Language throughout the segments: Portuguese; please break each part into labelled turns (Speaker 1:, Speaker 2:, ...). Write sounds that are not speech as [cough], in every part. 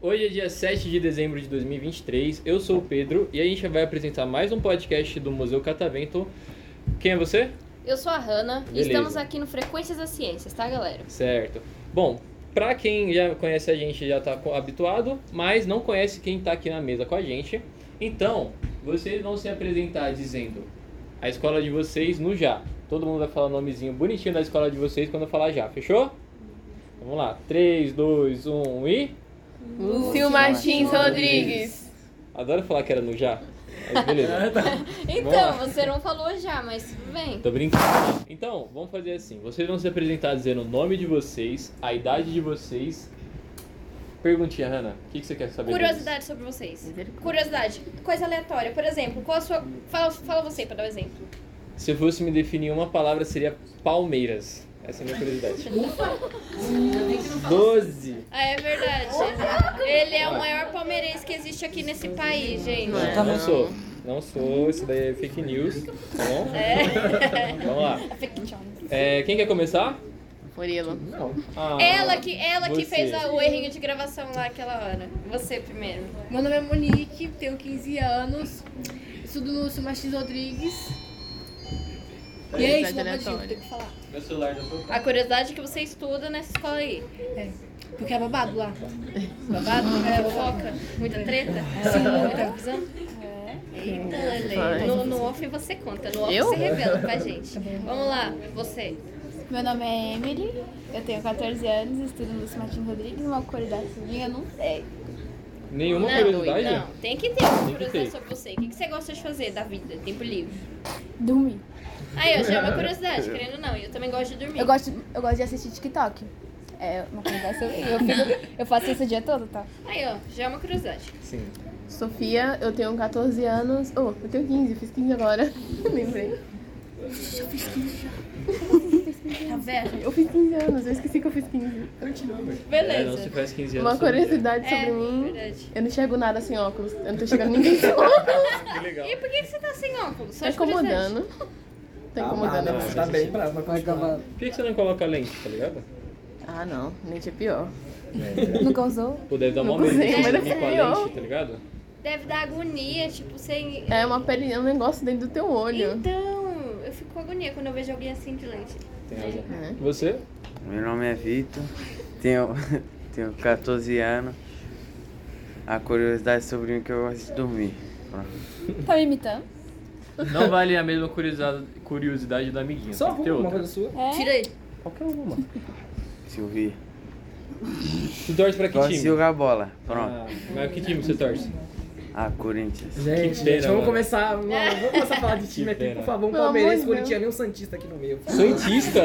Speaker 1: Hoje é dia 7 de dezembro de 2023, eu sou o Pedro e a gente vai apresentar mais um podcast do Museu Catavento. Quem é você?
Speaker 2: Eu sou a Hanna e
Speaker 1: Beleza.
Speaker 2: estamos aqui no Frequências das Ciências, tá, galera?
Speaker 1: Certo. Bom, pra quem já conhece a gente já tá co- habituado, mas não conhece quem tá aqui na mesa com a gente. Então, vocês vão se apresentar dizendo a escola de vocês no já. Todo mundo vai falar o nomezinho bonitinho da escola de vocês quando eu falar já, fechou? Vamos lá, 3, 2, 1 e.
Speaker 3: Lúcio Hum, Martins Rodrigues.
Speaker 1: Adoro falar que era no já. Mas beleza.
Speaker 2: Então, você não falou já, mas tudo bem.
Speaker 1: Tô brincando. Então, vamos fazer assim. Vocês vão se apresentar dizendo o nome de vocês, a idade de vocês. Perguntinha, Hannah. O que, que você quer saber? deles?
Speaker 4: Curiosidade sobre vocês. Curiosidade. Coisa aleatória. Por exemplo, qual a sua. Fala, fala você pra dar um exemplo.
Speaker 1: Se eu fosse me definir em uma palavra, seria Palmeiras. Essa é a minha
Speaker 3: [laughs]
Speaker 1: curiosidade. Doze.
Speaker 4: Ah, é verdade. [laughs] Ele é o maior palmeirense que existe aqui nesse país, gente.
Speaker 3: Não é.
Speaker 1: Não sou. Não sou. Isso daí é fake news. Tá bom?
Speaker 4: É.
Speaker 1: Vamos lá. É, quem quer começar?
Speaker 3: Murilo.
Speaker 1: Não. Ah,
Speaker 4: Ela que, ela que
Speaker 1: Você.
Speaker 4: fez a- o errinho de gravação lá aquela hora. Você primeiro.
Speaker 5: Meu nome é Monique, tenho 15 anos, estudo no Lúcio Martins Rodrigues. E é isso,
Speaker 3: Curiosidade
Speaker 5: meu objetivo,
Speaker 3: aleatória.
Speaker 5: tenho que falar.
Speaker 1: Meu celular já foi.
Speaker 4: A curiosidade é que você estuda nessa escola aí.
Speaker 5: É, porque é babado lá. Babado? É, babado.
Speaker 4: Foca. Muita treta.
Speaker 5: Sim,
Speaker 3: é.
Speaker 5: muita.
Speaker 4: Eita, Ale. No, no off você conta. No off
Speaker 3: Eu?
Speaker 4: você revela pra gente.
Speaker 3: Tá
Speaker 4: Vamos lá, você.
Speaker 6: Meu nome é Emily, eu tenho 14 anos, estudo no Lúcio Martins Rodrigues, uma curiosidade minha, eu não sei.
Speaker 1: Nenhuma
Speaker 4: não,
Speaker 1: curiosidade?
Speaker 4: Não, tem que ter uma
Speaker 1: que ter.
Speaker 4: curiosidade sobre você. O que que você gosta de fazer da vida, tempo livre?
Speaker 6: Dormir.
Speaker 4: Aí, eu já é uma curiosidade, querendo ou não. E eu também gosto de dormir.
Speaker 6: Eu gosto, eu gosto de assistir TikTok. É uma curiosidade sobre eu, fico- eu faço isso o dia todo, tá?
Speaker 4: Aí, ó, já é uma curiosidade.
Speaker 1: Sim.
Speaker 3: Sofia, eu tenho 14 anos. Oh, eu tenho 15, fiz 15 agora. [laughs] Lembrei.
Speaker 4: Tá vendo?
Speaker 3: Eu fiz 15 anos, eu esqueci que eu fiz 15.
Speaker 1: É, não se
Speaker 4: Beleza.
Speaker 1: faz 15 anos.
Speaker 3: Uma curiosidade sobre mim.
Speaker 4: É, verdade.
Speaker 3: Eu não enxergo nada sem óculos. Eu não tô enxergando ninguém sem óculos.
Speaker 1: Que legal.
Speaker 4: E por que que você tá sem óculos? Só
Speaker 3: Tá
Speaker 4: de curiosidade.
Speaker 3: incomodando. Tá incomodando.
Speaker 1: não,
Speaker 7: Tá bem brava com a
Speaker 1: Por que que você não coloca lente, tá ligado?
Speaker 3: Ah, não. Mente é pior.
Speaker 6: Nunca usou?
Speaker 1: Pô, deve dar uma
Speaker 3: Não
Speaker 1: medo de
Speaker 3: sei, mas
Speaker 6: é
Speaker 1: dormir com a
Speaker 3: pior.
Speaker 1: lente, tá ligado?
Speaker 4: Deve dar agonia, tipo, sem...
Speaker 3: É uma pele, é um negócio dentro do teu olho.
Speaker 4: Então, eu fico com agonia quando eu vejo alguém assim de lente.
Speaker 1: Tem razão.
Speaker 3: É.
Speaker 1: Você?
Speaker 7: Meu nome é Vitor, tenho, [laughs] tenho 14 anos. A curiosidade sobre mim é que eu gosto de dormir.
Speaker 6: Tá me imitando?
Speaker 1: Não vale a mesma curiosidade, curiosidade da amiguinha. Só uma coisa sua.
Speaker 4: Tira ele.
Speaker 1: Qualquer uma.
Speaker 7: Silvio.
Speaker 1: Tu torce pra que
Speaker 7: Gosto de
Speaker 1: time?
Speaker 7: jogar bola. Pronto.
Speaker 1: Ah, mas que time você torce?
Speaker 7: Ah, Corinthians.
Speaker 8: Gente,
Speaker 1: Que pena,
Speaker 8: gente,
Speaker 1: mano.
Speaker 8: vamos começar, vamos, vamos começar a falar de
Speaker 1: Que
Speaker 8: time aqui,
Speaker 1: pena.
Speaker 8: por favor. Um
Speaker 3: É. Pelo amor
Speaker 8: palmeirense,
Speaker 3: de Deus.
Speaker 8: corintiano e um santista aqui no meio.
Speaker 1: Santista?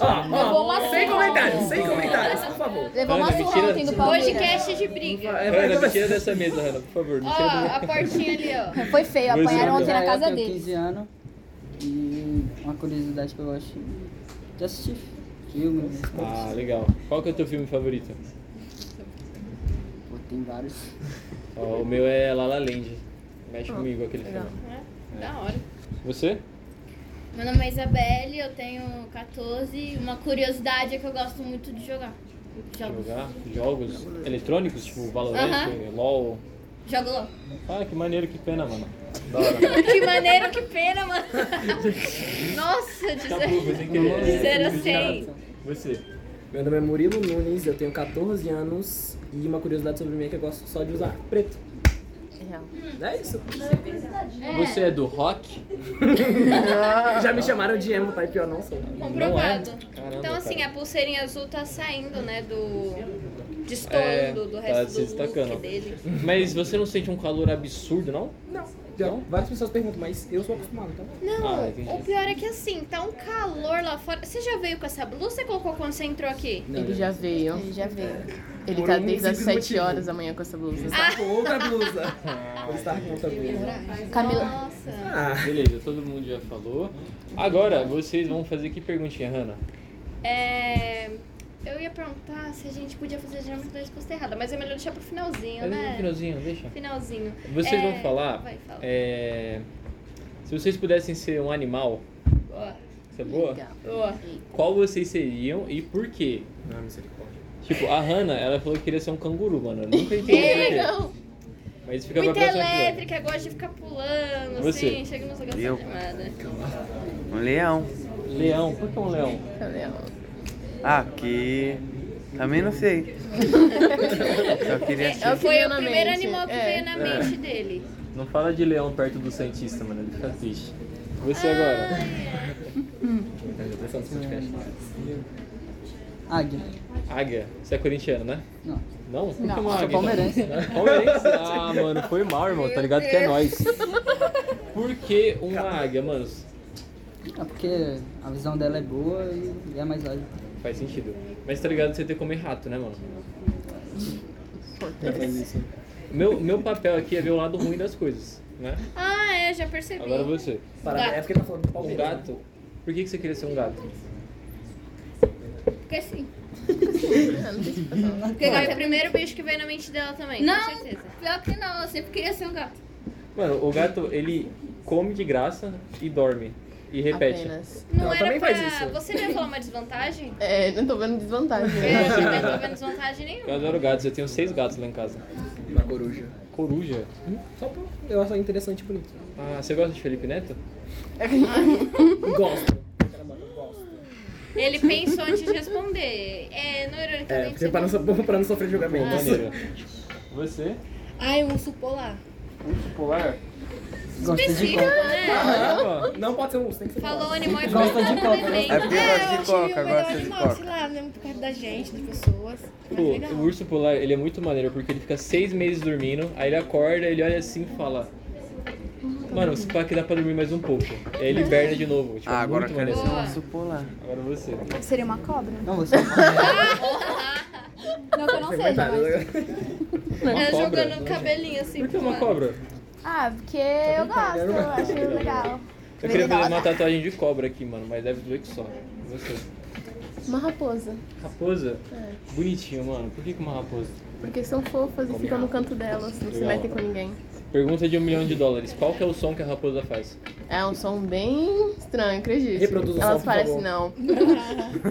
Speaker 8: Ó,
Speaker 6: Levou uma
Speaker 8: ó, sem
Speaker 6: surra
Speaker 8: comentários,
Speaker 6: ontem.
Speaker 8: sem comentários, por favor.
Speaker 6: Levou uma
Speaker 1: Olha,
Speaker 6: surra
Speaker 1: mentira.
Speaker 6: ontem do
Speaker 4: Hoje
Speaker 6: Palmeiras.
Speaker 4: cast de briga.
Speaker 8: É, vai
Speaker 1: Ana, me
Speaker 8: começar.
Speaker 1: tira dessa mesa, Ana, por favor. Me
Speaker 4: Ó,
Speaker 1: tira do...
Speaker 4: a portinha ali, ó.
Speaker 6: Foi feio,
Speaker 1: Pois é.
Speaker 6: Ah, apanharam ontem na
Speaker 9: eu
Speaker 6: casa
Speaker 9: tenho
Speaker 6: dele.
Speaker 9: 15 anos e uma curiosidade que eu gosto de assistir filmes.
Speaker 1: Ah, legal. Qual que é o teu filme favorito?
Speaker 9: Pô, tem vários.
Speaker 1: Ó, o meu é La La Land. Mexe
Speaker 6: Ah,
Speaker 1: comigo aquele filme.
Speaker 4: Da hora.
Speaker 1: Você?
Speaker 10: Meu nome é Isabelle, eu tenho 14. Uma curiosidade é que eu gosto muito de jogar. Jogo,
Speaker 1: Jogar jogos eletrônicos, tipo Valorant, LOL.
Speaker 10: jogo LOL.
Speaker 1: Ah, que maneiro, que pena, mano.
Speaker 4: Que maneiro, que pena, mano. Nossa, de
Speaker 1: Acabou, [laughs]
Speaker 4: zero-
Speaker 1: você sem querer.
Speaker 4: de zero a cem.
Speaker 1: Você.
Speaker 8: Meu nome é Murilo Nunes, eu tenho 14 anos e uma curiosidade sobre mim é que eu gosto só de usar preto.
Speaker 3: Real.
Speaker 8: É isso.
Speaker 1: Você é do rock?
Speaker 8: Já me chamaram de emo, tá? E pior não sou.
Speaker 4: Comprovado.
Speaker 1: Não é? Caramba,
Speaker 4: então, assim,
Speaker 1: cara.
Speaker 4: a pulseirinha azul tá saindo, né, do... Destoando
Speaker 1: É,
Speaker 4: do
Speaker 1: tá
Speaker 4: resto
Speaker 1: se
Speaker 4: do
Speaker 1: destacando.
Speaker 4: look dele.
Speaker 1: Mas você não sente um calor absurdo, não?
Speaker 8: Não, não. Várias pessoas perguntam, mas eu sou acostumado, tá?
Speaker 4: Não,
Speaker 1: Ah, entendi.
Speaker 4: o pior é que assim, tá um calor lá fora. Você já veio com essa blusa ou você colocou quando você entrou aqui?
Speaker 3: Ele já veio.
Speaker 6: Ele já veio.
Speaker 3: Ele
Speaker 8: é Por
Speaker 3: tá
Speaker 8: um
Speaker 3: desde as 7
Speaker 8: simples motivo.
Speaker 3: horas da manhã com essa blusa.
Speaker 8: Estar com outra blusa.
Speaker 1: Ah.
Speaker 8: Vou estar com outra blusa.
Speaker 6: Camila,
Speaker 4: Nossa.
Speaker 8: Ah,
Speaker 1: Beleza, todo mundo já falou. Agora, vocês vão fazer que perguntinha, Hanna?
Speaker 4: É... Eu ia perguntar se a gente podia fazer geralmente da resposta errada, mas é melhor deixar pro finalzinho,
Speaker 1: Mas deixa
Speaker 4: né?
Speaker 1: no um finalzinho, deixa.
Speaker 4: Finalzinho.
Speaker 1: Vocês
Speaker 4: É,
Speaker 1: vão falar.
Speaker 4: Vai, fala.
Speaker 1: é, se vocês pudessem ser um animal,
Speaker 4: Boa.
Speaker 1: isso é boa?
Speaker 4: Boa.
Speaker 1: Qual vocês seriam e por quê?
Speaker 8: Ah, misericórdia.
Speaker 1: Tipo, a Hannah, ela falou que queria ser um canguru, mano. Eu nunca entendi. por quê. Mas isso fica
Speaker 4: Muito
Speaker 1: pra próxima episódio.
Speaker 4: elétrica, gosta de ficar pulando,
Speaker 1: Você.
Speaker 4: assim, chega no lugar
Speaker 7: Eu.
Speaker 4: nada.
Speaker 7: Um leão.
Speaker 1: Leão, por que um leão?
Speaker 3: Tá
Speaker 7: Ah, que. Também não [laughs] sei. Só queria.
Speaker 3: É o que
Speaker 4: Foi
Speaker 3: veio
Speaker 4: o
Speaker 3: na
Speaker 4: primeiro
Speaker 3: mente.
Speaker 4: animal que
Speaker 3: É.
Speaker 4: veio na
Speaker 1: É.
Speaker 4: mente dele.
Speaker 1: Não fala de leão perto do Santista, mano. Ele fica triste. Você agora.
Speaker 8: Atenção nesse podcast.
Speaker 9: Águia.
Speaker 1: [laughs] Águia, você é corintiano, né?
Speaker 9: Não.
Speaker 1: Não? Por que
Speaker 6: Não,
Speaker 1: uma
Speaker 9: sou
Speaker 1: águia?
Speaker 9: palmeirense.
Speaker 1: então? Palmeirense? Ah, mano, foi mal, irmão. Tá ligado que é nóis. Por que uma águia, mano?
Speaker 9: É porque a visão dela é boa e é mais ágil.
Speaker 1: Faz sentido. Mas tá ligado que você tem que comer rato, né, mano? Meu, meu papel aqui é ver o lado ruim das coisas, né?
Speaker 4: Ah, é, já percebi.
Speaker 1: Agora você.
Speaker 8: Parada, é porque tá falando do
Speaker 1: Um
Speaker 8: Palmeiras.
Speaker 1: gato. Por que, que você queria ser um gato?
Speaker 10: Porque assim.
Speaker 4: Porque foi o primeiro bicho que veio na mente dela também,
Speaker 10: Não.
Speaker 4: com certeza.
Speaker 10: Pior que não, eu sempre queria ser um gato.
Speaker 1: Mano, o gato, ele come de graça e dorme. E repete.
Speaker 3: Apenas.
Speaker 4: Não
Speaker 8: Ela
Speaker 4: era
Speaker 8: também
Speaker 4: pra...
Speaker 8: faz isso.
Speaker 4: Você não ia falar uma desvantagem?
Speaker 3: É, não tô vendo desvantagem.
Speaker 4: É,
Speaker 3: né?
Speaker 4: eu também não tô vendo desvantagem nenhuma.
Speaker 1: Eu adoro gatos, eu tenho seis gatos lá em casa.
Speaker 8: Uma coruja.
Speaker 1: Coruja?
Speaker 8: Só pra... Eu acho interessante e bonito.
Speaker 1: Ah, você gosta de Felipe Neto?
Speaker 8: Gosto. Caramba, eu gosto.
Speaker 4: Ele pensou antes de responder. É, não ironicamente...
Speaker 8: É, porque
Speaker 4: você
Speaker 8: pra não, so- [laughs] pra não sofrer
Speaker 4: Ah.
Speaker 1: Pô,
Speaker 8: julgamento.
Speaker 1: maneiro. Você?
Speaker 5: Ai, um urso polar.
Speaker 1: Urso polar?
Speaker 9: Gosta de coca.
Speaker 1: Caramba!
Speaker 8: Não pode ser um urso, tem que ser um
Speaker 4: Falou né?
Speaker 8: bosta.
Speaker 4: animal é e
Speaker 9: Gosta
Speaker 4: falou
Speaker 9: de
Speaker 4: nada
Speaker 9: cobra.
Speaker 4: bem.
Speaker 7: É porque gosta de
Speaker 5: acho o
Speaker 7: coca,
Speaker 5: melhor
Speaker 7: gosta de
Speaker 5: animal, sei
Speaker 7: coca.
Speaker 5: lá, não é muito perto da gente, das pessoas. Mas
Speaker 1: Pô,
Speaker 5: legal.
Speaker 1: o urso polar, ele é muito maneiro porque ele fica seis meses dormindo, aí ele acorda, ele olha assim e fala... Mano, esse pá que dá pra dormir mais um pouco. Aí ele hiberna de novo. Tipo,
Speaker 7: Ah, agora eu
Speaker 1: muito
Speaker 7: quero ser
Speaker 1: maneiro.
Speaker 7: um urso polar.
Speaker 1: Agora você.
Speaker 6: Seria uma cobra?
Speaker 9: Não, você.
Speaker 6: Não que eu não
Speaker 8: Foi
Speaker 6: seja,
Speaker 8: coitado,
Speaker 6: mas...
Speaker 8: né?
Speaker 1: Uma
Speaker 4: É,
Speaker 1: cobra?
Speaker 4: jogando o cabelinho assim.
Speaker 1: Por que
Speaker 4: pro
Speaker 1: uma
Speaker 4: lado.
Speaker 1: cobra?
Speaker 6: Ah, porque eu gosto, eu acho legal.
Speaker 1: Eu queria fazer uma
Speaker 6: Venenosa.
Speaker 1: tatuagem de cobra aqui, mano, mas deve doer que só. Você.
Speaker 6: É.
Speaker 3: Uma raposa.
Speaker 1: Raposa? Bonitinho, mano. Por que, que uma raposa?
Speaker 3: Porque são fofas e ficam no canto delas, não se
Speaker 1: Legal.
Speaker 3: metem com ninguém.
Speaker 1: Pergunta de um milhão de dólares. Qual que é o som que a raposa faz?
Speaker 3: É um som bem estranho, acredito.
Speaker 8: Reproduz o som,
Speaker 3: Elas
Speaker 8: por
Speaker 3: parecem,
Speaker 8: favor.
Speaker 3: não.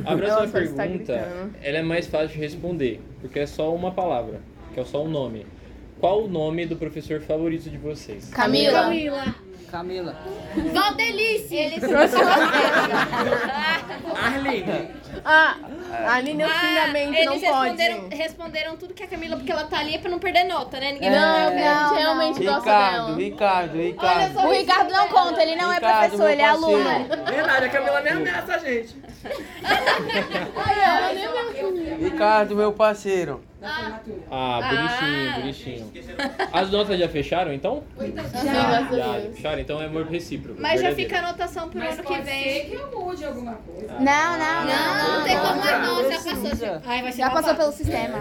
Speaker 1: A próxima
Speaker 3: só está
Speaker 1: pergunta,
Speaker 3: gritando.
Speaker 1: ela é mais fácil de responder, porque é só uma palavra, que é só um nome. Qual o nome do professor favorito de vocês?
Speaker 3: Camila.
Speaker 6: Então,
Speaker 9: Camila.
Speaker 10: Valdelice! Ele
Speaker 3: Ah, a Nina é um
Speaker 6: "Ah,
Speaker 3: xingamento, não
Speaker 4: eles
Speaker 3: pode.
Speaker 4: responderam, responderam tudo que a Camila, porque ela tá
Speaker 6: é
Speaker 4: ali pra não perder nota, né? Ninguém
Speaker 3: Não,
Speaker 4: vai
Speaker 3: a
Speaker 4: dar
Speaker 3: gente
Speaker 6: não.
Speaker 3: realmente gosta
Speaker 7: Ricardo,
Speaker 3: dela.
Speaker 7: Ricardo, Ricardo.
Speaker 6: O Ricardo não conta, ele não é
Speaker 7: Ricardo,
Speaker 6: professor, ele é
Speaker 7: meu parceiro.
Speaker 6: aluno.
Speaker 8: Verdade, a Camila nem é ameaça a gente.
Speaker 7: Ricardo, meu parceiro.
Speaker 1: Ah, bonitinho, bonitinho. As notas já fecharam, então?
Speaker 3: Sim, graças a Deus.
Speaker 1: fecharam, então é amor recíproco.
Speaker 4: Mas já
Speaker 1: verdadeiro.
Speaker 4: fica a anotação pro ano que vem.
Speaker 6: Não, não,
Speaker 5: Ah,
Speaker 6: não.
Speaker 10: Não tem como é não, já passou.
Speaker 5: Ai, vai ser
Speaker 6: Já passou
Speaker 5: babado.
Speaker 6: pelo sistema.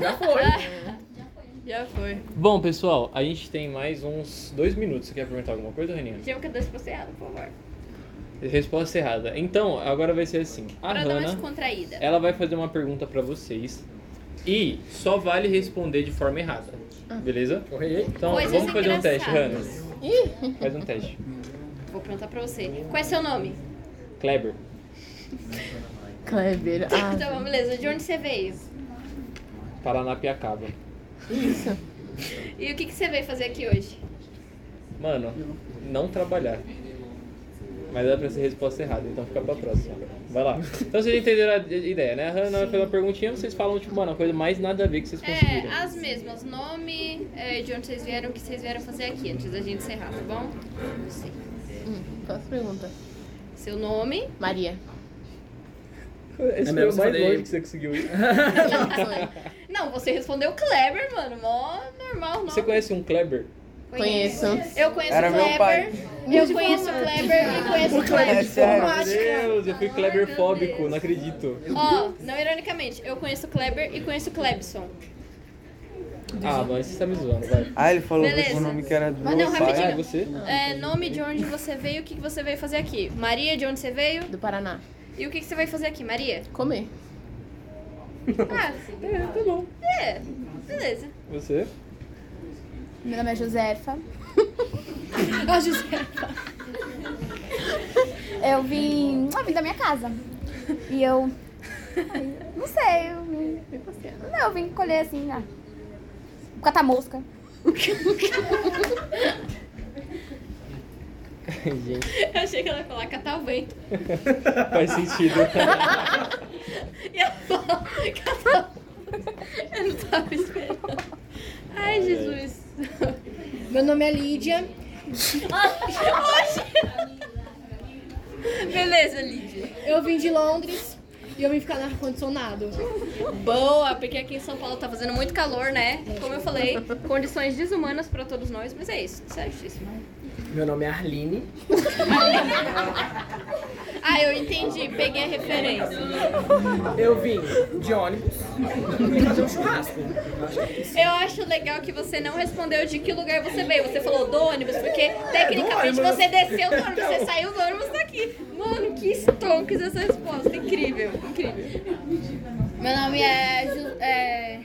Speaker 4: Já foi.
Speaker 1: Bom, pessoal, a gente tem mais uns dois minutos. Você quer perguntar alguma coisa, Reninha?
Speaker 4: Diga que eu dou esposeada, por favor.
Speaker 1: Resposta errada. Então, agora vai ser assim. A
Speaker 4: Pra dar uma
Speaker 1: Hannah,
Speaker 4: descontraída.
Speaker 1: ela vai fazer uma pergunta pra vocês e só vale responder de forma errada. Beleza?
Speaker 8: Correi.
Speaker 1: Então,
Speaker 4: Ah. Coisas
Speaker 1: vamos fazer um teste, Hannah.
Speaker 4: engraçadas.
Speaker 1: Faz um teste.
Speaker 4: Vou perguntar pra você. Qual é seu nome?
Speaker 1: Kleber.
Speaker 3: Kleber. Ah,
Speaker 4: Tá bom, beleza. De onde você veio?
Speaker 1: Paranapiacaba.
Speaker 4: E o que, que você veio fazer aqui hoje?
Speaker 1: Mano, não trabalhar. Mas dá pra ser resposta errada, então fica pra próxima. Vai lá. Então vocês entenderam a ideia, né? A Hannah fez uma perguntinha, vocês falam, tipo, mano, a coisa mais nada a ver que vocês
Speaker 4: É,
Speaker 1: conseguiram.
Speaker 4: as mesmas. Nome, é, de onde vocês vieram, o que vocês vieram fazer aqui, antes da gente encerrar, tá bom? Não sei.
Speaker 3: qual a hum, pergunta?
Speaker 4: Seu nome,
Speaker 6: [laughs]
Speaker 3: Maria.
Speaker 1: Esse
Speaker 8: É
Speaker 1: foi
Speaker 8: mesmo,
Speaker 1: o mais
Speaker 8: falei.
Speaker 1: longe que você conseguiu ir.
Speaker 3: Sou eu.
Speaker 4: Não, você respondeu Kleber, mano. Mó normal, não.
Speaker 1: [laughs] Você conhece um Kleber?
Speaker 3: Conheço.
Speaker 4: Eu conheço
Speaker 7: Era
Speaker 4: o
Speaker 7: meu
Speaker 4: Kleber.
Speaker 7: pai.
Speaker 4: Eu conheço o Kleber e conheço o
Speaker 7: É
Speaker 4: Kleber.
Speaker 1: Meu Deus, eu fui Kleberfóbico, não acredito.
Speaker 4: Ó, não ironicamente, eu conheço o Kleber e conheço o Clebson.
Speaker 1: Ah, mas você tá me zoando, vai.
Speaker 7: Ah, ele falou que
Speaker 4: Beleza.
Speaker 7: o nome que era do
Speaker 4: Mas
Speaker 7: meu
Speaker 4: não,
Speaker 7: pai.
Speaker 1: Ah,
Speaker 4: rapidinho.
Speaker 1: você?
Speaker 4: É, nome de onde você veio, o que que você veio fazer aqui? Maria, de onde você veio?
Speaker 3: Do Paraná.
Speaker 4: E o que que você veio fazer aqui, Maria?
Speaker 3: Comer.
Speaker 4: Ah,
Speaker 1: É, tá bom.
Speaker 4: é. Beleza.
Speaker 1: Você?
Speaker 6: Meu nome é Josefa.
Speaker 5: Ah, José.
Speaker 6: Eu vim. Eu vim da minha casa. E eu. Ai, Não sei, eu vim. Não, eu vim colher assim, ah. Catar mosca.
Speaker 1: Gente,
Speaker 4: Eu achei que ela ia falar catar o vento.
Speaker 1: faz sentido. [laughs]
Speaker 4: E ela falou catar o Eu não tava esperando. Ai, Jesus.
Speaker 5: Meu nome é Lídia.
Speaker 4: Beleza, Lídia.
Speaker 5: Eu vim de Londres e eu vim ficar no ar-condicionado.
Speaker 4: Boa, porque aqui em São Paulo tá fazendo muito calor, né? Como eu falei, condições desumanas pra todos nós, mas é isso. Certíssimo.
Speaker 8: Meu nome é Arline.
Speaker 4: Ah, eu entendi. Peguei a referência.
Speaker 8: Eu vim de ônibus. Vim fazer um churrasco.
Speaker 4: Eu acho legal que você não respondeu de que lugar você veio. Você falou do ônibus, porque tecnicamente
Speaker 8: do ônibus.
Speaker 4: você desceu do ônibus, você saiu do ônibus tá aqui. Mano, que stonks essa resposta. Incrível, incrível.
Speaker 10: Meu nome é. Ju- é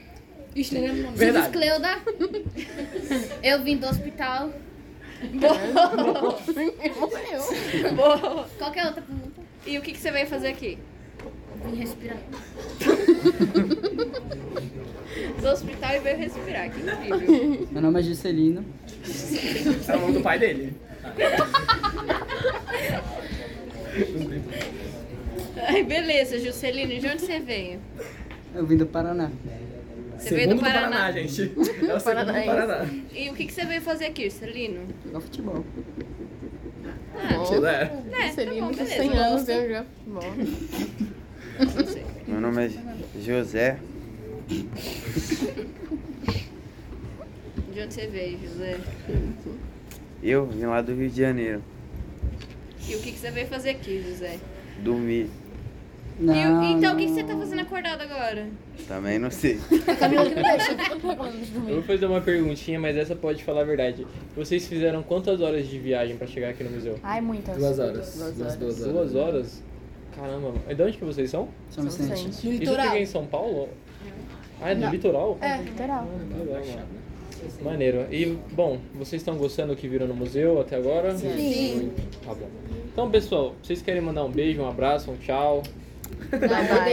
Speaker 5: Isso não é meu nome.
Speaker 10: Jesus
Speaker 8: Verdade.
Speaker 10: Cleuda. Eu vim do hospital.
Speaker 4: Boa.
Speaker 6: é
Speaker 10: Qualquer outra pergunta?
Speaker 4: E o que, que você veio fazer aqui?
Speaker 10: Vim respirar.
Speaker 4: Do hospital e veio respirar. Que incrível.
Speaker 9: Meu nome é Juscelino.
Speaker 8: É o nome do pai dele.
Speaker 4: Ai, beleza, Juscelino. De onde você veio?
Speaker 9: Eu vim do Paraná.
Speaker 4: Você veio
Speaker 8: segundo
Speaker 4: do Paraná.
Speaker 8: gente. [laughs] É o segundo do Paraná.
Speaker 4: E o que, que você veio fazer aqui, Juscelino?
Speaker 9: Jogar futebol.
Speaker 8: Pois é.
Speaker 4: Né? Tá
Speaker 3: Seria
Speaker 4: bom,
Speaker 3: muito
Speaker 4: beleza.
Speaker 3: 100 anos
Speaker 4: Gosto.
Speaker 3: eu já. Bom,
Speaker 7: Meu nome é J- José.
Speaker 4: De onde você veio, José?
Speaker 7: Eu vim lá do Rio de Janeiro.
Speaker 4: E o que, que você veio fazer aqui, José?
Speaker 7: Dormir.
Speaker 9: Não,
Speaker 4: E o- então, o que, que você
Speaker 9: não.
Speaker 4: tá fazendo acordado agora?
Speaker 7: Também não
Speaker 4: [laughs]
Speaker 7: sei.
Speaker 1: Eu vou fazer uma perguntinha, mas essa pode falar a verdade. Vocês fizeram quantas horas de viagem pra chegar aqui no museu?
Speaker 6: Ai, muitas.
Speaker 8: Duas horas.
Speaker 3: Duas
Speaker 8: Duas, duas horas. né?
Speaker 1: Duas horas? Caramba, e de onde que vocês são?
Speaker 9: São
Speaker 3: São
Speaker 9: Vicente.
Speaker 3: Vicente.
Speaker 5: No
Speaker 1: Isso eu
Speaker 5: litoral.
Speaker 1: cheguei em São Paulo? Ah, é do litoral?
Speaker 5: É.
Speaker 6: Literal.
Speaker 1: Ah, que legal, mano. Maneiro. E, bom, vocês estão gostando do que viram no museu até agora?
Speaker 5: Sim.
Speaker 1: Tá bom. Então, pessoal, vocês querem mandar um beijo, um abraço, um tchau?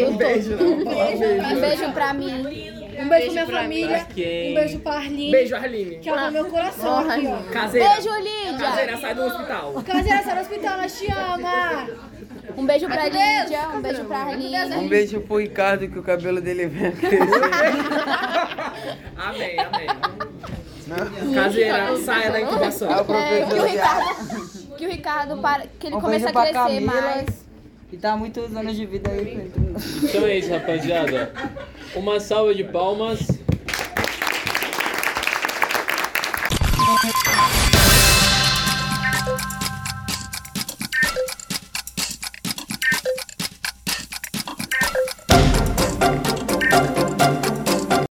Speaker 8: Um beijo, não. Falar um
Speaker 6: Um
Speaker 8: beijo.
Speaker 6: beijo pra mim.
Speaker 5: Um beijo pra minha
Speaker 4: pra mim.
Speaker 6: Tá
Speaker 5: família.
Speaker 1: quem?
Speaker 5: Um beijo pra Arline.
Speaker 8: Beijo, Arline.
Speaker 5: Que ela no meu coração aqui, ó.
Speaker 8: Caseira.
Speaker 6: Beijo, Lídia.
Speaker 8: Caseira, sai do hospital.
Speaker 5: Caseira, sai do hospital, nós te ama.
Speaker 6: Um
Speaker 4: Ah,
Speaker 6: beijo pra Lídia. Um beijo pra
Speaker 7: Um
Speaker 6: Arlene.
Speaker 7: beijo pro Ricardo que o cabelo dele é vem
Speaker 6: [laughs]
Speaker 7: a
Speaker 6: É,
Speaker 7: [laughs] crescer.
Speaker 8: Amém, amém. Caseira, saia da incubação.
Speaker 7: Ah, o
Speaker 6: É, que o
Speaker 7: professor já.
Speaker 6: Ricardo, que o Ricardo para, que ele
Speaker 9: Um
Speaker 6: começa
Speaker 9: beijo
Speaker 6: a
Speaker 9: pra
Speaker 6: crescer
Speaker 9: Camila.
Speaker 6: mais.
Speaker 9: E tá muitos anos de vida aí. Pedro.
Speaker 1: Então é isso, rapaziada. Uma salva de palmas.